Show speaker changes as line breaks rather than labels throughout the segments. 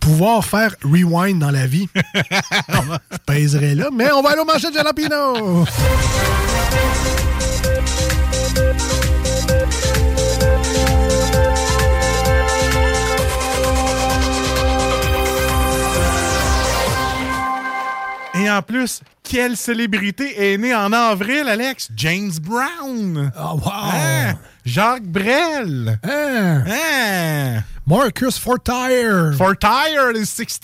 pouvoir faire rewind dans la vie. Je pèserais là, mais on va aller au marché de Jalapino!
Et en plus, quelle célébrité est née en avril, Alex? James Brown!
Ah, wow!
Hein? Jacques Brel!
Hein?
Hein?
Marcus Fortire!
For Tire, les 16!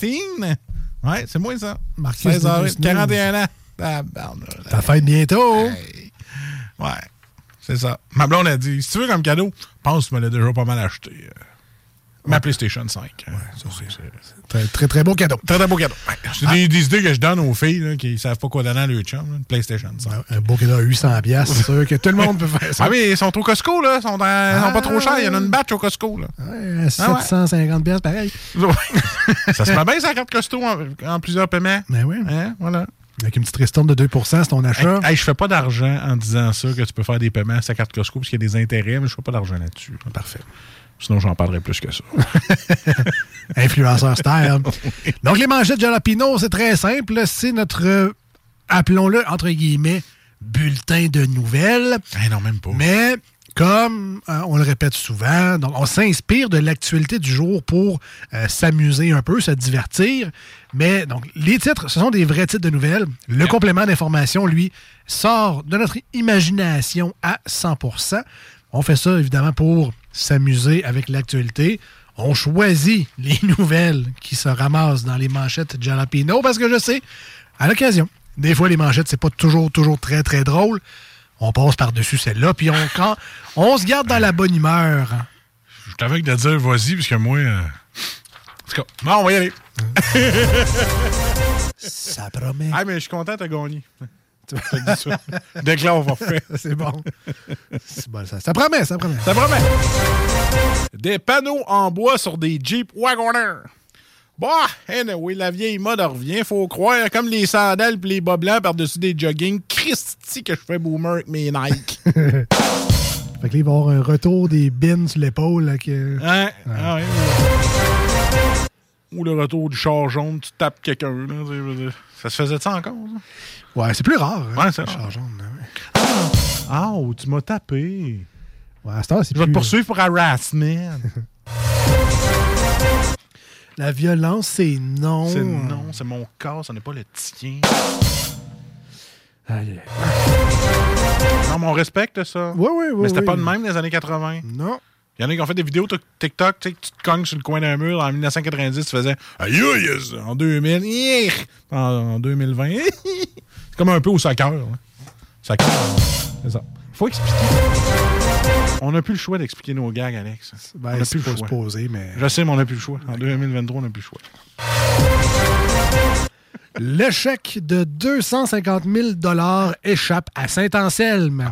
Ouais, c'est moi ça.
Marcus
16 avril,
News.
41 ans. Ah, Tabarnak.
Ta fête bientôt!
Ouais, c'est ça. Ma blonde a dit, si tu veux comme cadeau, pense que tu me l'as déjà pas mal acheté. euh, Ma PlayStation 5. hein. Ça, c'est- c'est-
Très, très, très beau cadeau.
Très, très beau cadeau. Ouais. C'est
Ah.
des, des idées que je donne aux filles là, qui savent pas quoi donner à leur chum. là, une PlayStation 5.
Un beau cadeau à 800$, piastres, c'est sûr que tout le monde peut faire ça.
Ah oui, ils sont au Costco, là. Ils sont, dans- ils sont pas trop chers. Il y en a une batch au Costco, là.
Ah. Ouais, 750$, piastres, pareil.
ça se met bien, sa carte Costco, en, en plusieurs paiements.
Ben oui.
Hein, voilà.
Avec une petite ristourne de 2%, c'est ton
Hey,
achat.
hey, je fais pas d'argent en disant ça, que tu peux faire des paiements à sa carte Costco parce qu'il y a des intérêts, mais je fais pas d'argent là-dessus. Parfait. Sinon, j'en parlerai plus que ça.
Influenceur style. Donc, les manchettes Jalapino, c'est très simple. C'est notre, euh, appelons-le, entre guillemets, bulletin de nouvelles.
Eh non, même pas.
Mais comme euh, on le répète souvent, donc on s'inspire de l'actualité du jour pour euh, s'amuser un peu, se divertir. Mais donc les titres, ce sont des vrais titres de nouvelles. Le complément d'information, lui, sort de notre imagination à 100%. On fait ça évidemment pour s'amuser avec l'actualité. On choisit les nouvelles qui se ramassent dans les manchettes Jalapino parce que je sais, à l'occasion, des fois les manchettes, c'est pas toujours, toujours très, très drôle. On passe par-dessus celle-là, puis on, quand, on se garde dans la bonne humeur.
Je t'avais de dire vas-y, parce que moi. euh, En tout cas, non, on va y aller.
Ça promet.
Ah, mais je suis content, t'as gagné. Je te dis ça. Déclare forfait.
C'est bon. C'est bon, ça. Ça promet, ça promet.
Ça promet. Des panneaux en bois sur des Jeep Wagoner. Bah, anyway, la vieille mode revient, faut croire. Comme les sandales pis les bas blancs par-dessus des joggings. Christi que je fais boomer avec mes Nike.
Fait que là, il va y avoir un retour des bins sur l'épaule. là, que-
Hein? Ah ouais. Ou le retour du char jaune, tu tapes quelqu'un. là, tu sais, je veux dire. Ça se faisait de ça encore? ça?
Ouais, c'est plus rare. hein,
Ouais, c'est
le
rare.
char jaune, là, ouais.
Ah, oh, tu m'as tapé.
Ouais, à cette heure, c'est
Je vais te
plus-
poursuivre pour harassment.
euh, La violence, c'est non.
c'est non, c'est mon corps, ce n'est pas le tien.
Aïe.
Non, mais on respecte ça.
Ouais, ouais, ouais,
Mais c'était
ouais.
pas le même dans les années 80.
Non.
Il y en a qui ont fait des vidéos tic- TikTok, tu sais, que tu te cognes sur le coin d'un mur. En 1990, tu faisais Aïe, aïe, aïe en 2000, Ih! en, en 2020. Hi, hi. c'est comme un peu au soccer. là. Soccer, là. c'est ça. Faut expliquer. On n'a plus le choix d'expliquer nos gags, Alex. on
Ben,
n'a
c'est
plus
pas
le choix.
supposé, mais.
Je sais, mais on n'a plus le choix. En 2023, on n'a plus le choix.
Le chèque de 250 000 échappe à Saint-Anselme.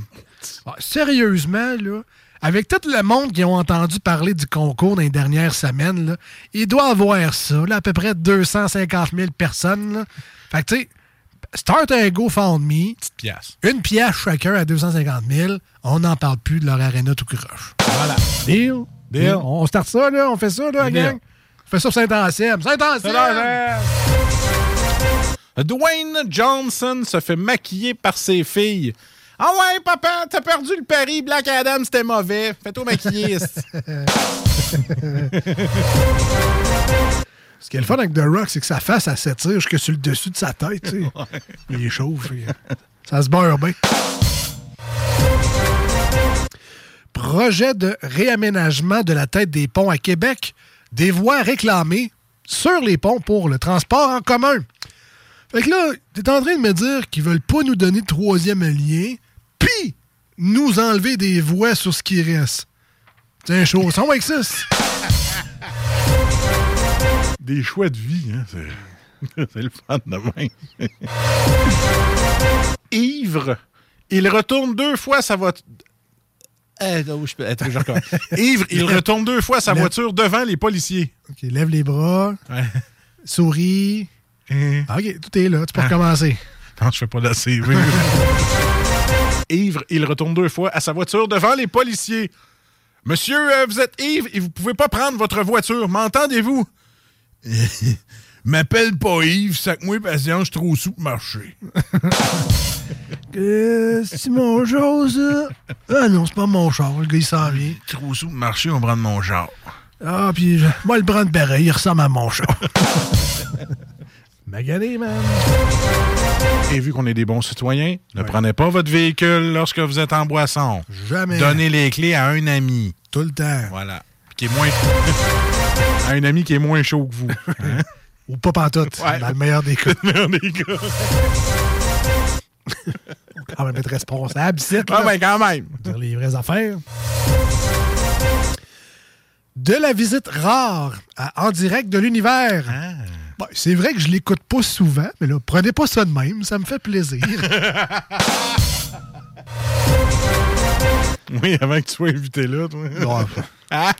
Ah, sérieusement, là, avec tout le monde qui ont entendu parler du concours dans les dernières semaines, là, il doit avoir ça, là, à peu près 250 000 personnes. là. Fait que, tu sais, start un GoFundMe,
Petite pièce.
une pièce chacun à 250 000, on n'en parle plus de leur arena tout croche.
Voilà.
Deal?
Deal.
On start ça, là, on fait ça, là,
Deal.
gang. On fait ça pour Saint-Anselme. Saint-Anselme!
Dwayne Johnson se fait maquiller par ses filles. Ah ouais, papa, t'as perdu le pari, Black Adam, c'était mauvais. Fais-toi maquiller. esti.
Ce qui est le fun avec The Rock, c'est que sa face, elle s'étire jusque sur le dessus de sa tête. tu sais. Il est chaud. fait que Ça se beurre bien. Projet de réaménagement de la tête des ponts à Québec. Des voies réclamées sur les ponts pour le transport en commun. Fait que là, t'es en train de me dire qu'ils veulent pas nous donner de troisième lien, puis nous enlever des voies sur ce qui reste. C'est un chausson avec ça. c'est-
Des choix de vie, hein. C'est c'est le fun de même. Ivre. Il retourne deux fois sa voiture.
Eh,
Ivre, il retourne deux fois sa
Le-
voiture devant les policiers.
OK, lève les bras, souris.
Hein?
Ah, OK, tout est là, tu peux recommencer.
Non, je fais pas de la CV. Ivre, il retourne deux fois à sa voiture devant les policiers. Monsieur, euh, vous êtes Yves et vous pouvez pas prendre votre voiture. M'entendez-vous? M'appelle pas Yves, sac-moi patience, je suis trop sous pour marcher.
Euh, c'est mon chose. ça? Ah non, c'est pas mon char, le gars il s'en vient.
Trop sous pour marcher, on prend de mon genre.
Ah, puis je- moi le brand pareil, il ressemble à mon char. Magané, man.
Et vu qu'on est des bons citoyens, ne prenez pas votre véhicule lorsque vous êtes en boisson.
Jamais.
Donnez les clés à un ami.
Tout le temps.
Voilà. Qui est moins. à un ami qui est moins chaud que vous. Hein?
Ou pas pantoute,
Ouais.
dans le meilleur des cas.
Merde, les gars.
Quand même être Ah, responsable, c'est
Ah, ben, quand même.
dire les vraies affaires. De la visite rare à En direct de l'univers.
Ah.
Bon, c'est vrai que je l'écoute pas souvent, mais là, prenez pas ça de même, ça me fait plaisir.
Oui, avant que tu sois invité là, toi.
Bon,
Ah!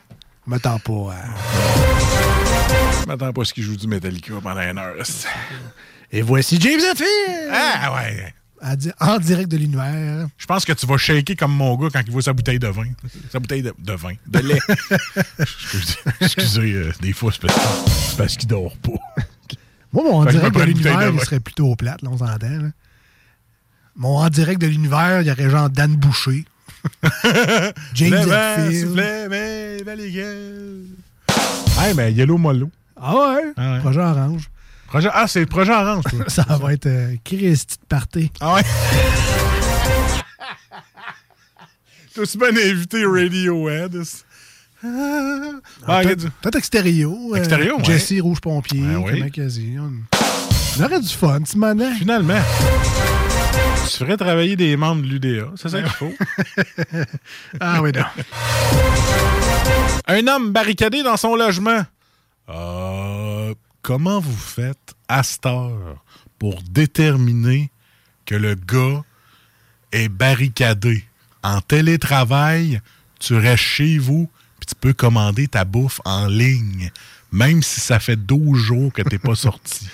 M'attends pas. à-
Je m'attends pas à ce qu'il joue du Metallica pendant une heure. c'est-
Et voici James Hetfield!
Ah, ouais.
À di- En direct de l'univers.
Je pense que tu vas shaker comme mon gars quand il voit sa bouteille de vin. Sa bouteille de, de vin. De lait. Excusez, excusez, euh, des fois, c'est parce, c'est parce qu'il dort pas.
Moi, mon en
Fait que je me
direct de
prends une bouteille
l'univers,
de
il
vin.
serait plutôt plate, là, on s'entend. là. Mon en direct de l'univers, il y aurait genre Dan Boucher. James
Lève, s'il vous
Hetfield.
plaît, mais, mais les gars. Hey, mais Yellow Molo.
Ah ouais?
Ah ouais.
Projet orange.
Projet, ah, c'est Projet Orange, toi.
Ça va être euh, Christy de party.
ah ouais. T'es aussi bien invité Radiohead. Ah, ah,
Peut-
regarde du-
Peut-être Extérieur.
Extérior, ouais.
Jesse Rouge Pompier,
Ouais,
Kamakazi.
oui.
On... hein. on aurait du fun, petit manin.
Finalement, tu ferais travailler des membres de l'UDA. C'est ça qu'il faut.
Ah oui, non.
Un homme barricadé dans son logement. Euh, comment vous faites à cette heure pour déterminer que le gars est barricadé? En télétravail, tu restes chez vous puis tu peux commander ta bouffe en ligne, même si ça fait 12 jours que t'es pas sorti.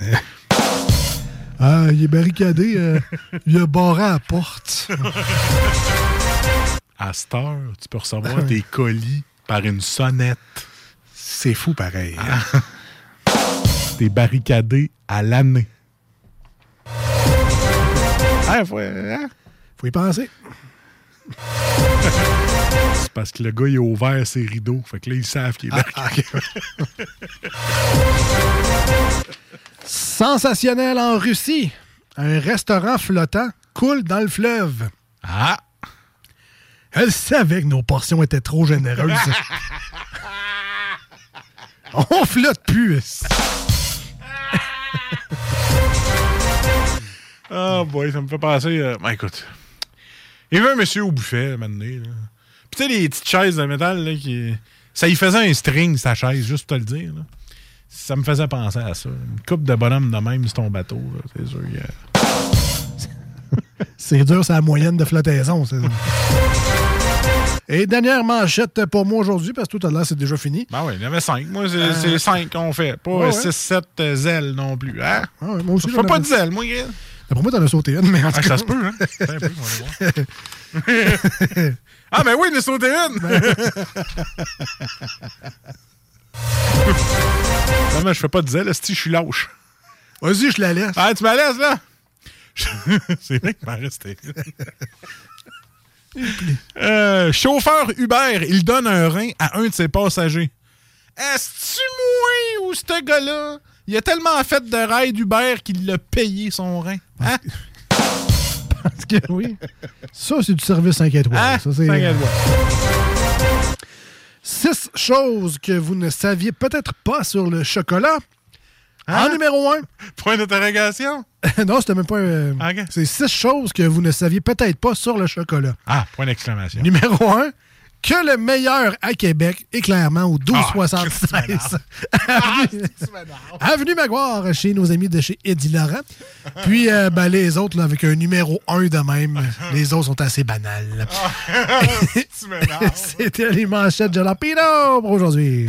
Ah, il est barricadé. euh, il a barré à la porte.
À cette heure, tu peux
Ah.
recevoir tes colis par une sonnette.
C'est fou, pareil.
T'es barricadé à l'année. Ah, faut- hein?
Faut y penser.
C'est parce que le gars, il a ouvert ses rideaux. Fait que là, ils savent qu'il est barricadé.
Ah, Sensationnel en Russie. Un restaurant flottant coule dans le fleuve.
Ah!
Elle savait que nos portions étaient trop généreuses. On flotte plus.
Ah, boy, ça me fait penser. euh, Ben, écoute. Il y avait un monsieur au buffet, maintenant. Là. Puis, tu sais, les petites chaises de métal, là, qui. Ça y faisait un string, sa chaise, juste pour te le dire. là. Ça me faisait penser à ça. Une coupe de bonhomme de même sur ton bateau, là, c'est sûr. que-
C'est dur, c'est la moyenne de flottaison. c'est ça. Et dernière manchette pour moi aujourd'hui, parce que tout à l'heure, c'est déjà fini.
Ben oui, il y en avait cinq. Moi, c'est c'est cinq qu'on fait.
ouais,
Pas
ouais.
six, sept euh, zèles non plus. Hein?
Ah ouais, moi aussi,
Je
j'en
fais pas
avais-
de zèle, moi, Greg.
D'après moi, t'en as sauté une, mais en tout
Ah,
cas,
ça se peut, hein? Attends un peu, on va aller voir. ah, ben oui, il est sauté une! non, mais je fais pas de zèle, si je suis lâche.
Vas-y, je la laisse.
Ah, tu me laisses, là? C'est vrai qu'il m'en restait. Euh, chauffeur Uber, il donne un rein à un de ses passagers. Est-ce moins ou ce gars-là? Il a tellement fait de raid Uber qu'il l'a payé son rein. Hein?
Parce que, oui. Ça, c'est du service 5 étoiles.
Ah,
Ça, c'est-
cinq étoiles.
Six choses que vous ne saviez peut-être pas sur le chocolat.
Hein?
En numéro un.
Point d'interrogation?
non, c'était même pas. un-
Ah, Ok.
C'est six choses que vous ne saviez peut-être pas sur le chocolat.
Ah, point d'exclamation.
Numéro un. Que le meilleur à Québec est clairement au
Ah,
1276. Avenue Maguire, chez nos amis de chez Eddie Laurent. Puis, euh, ben, les autres, là, avec un numéro 1 de même, les autres sont assez banales.
tu m'énerves.
C'était les manchettes de Lapino pour aujourd'hui.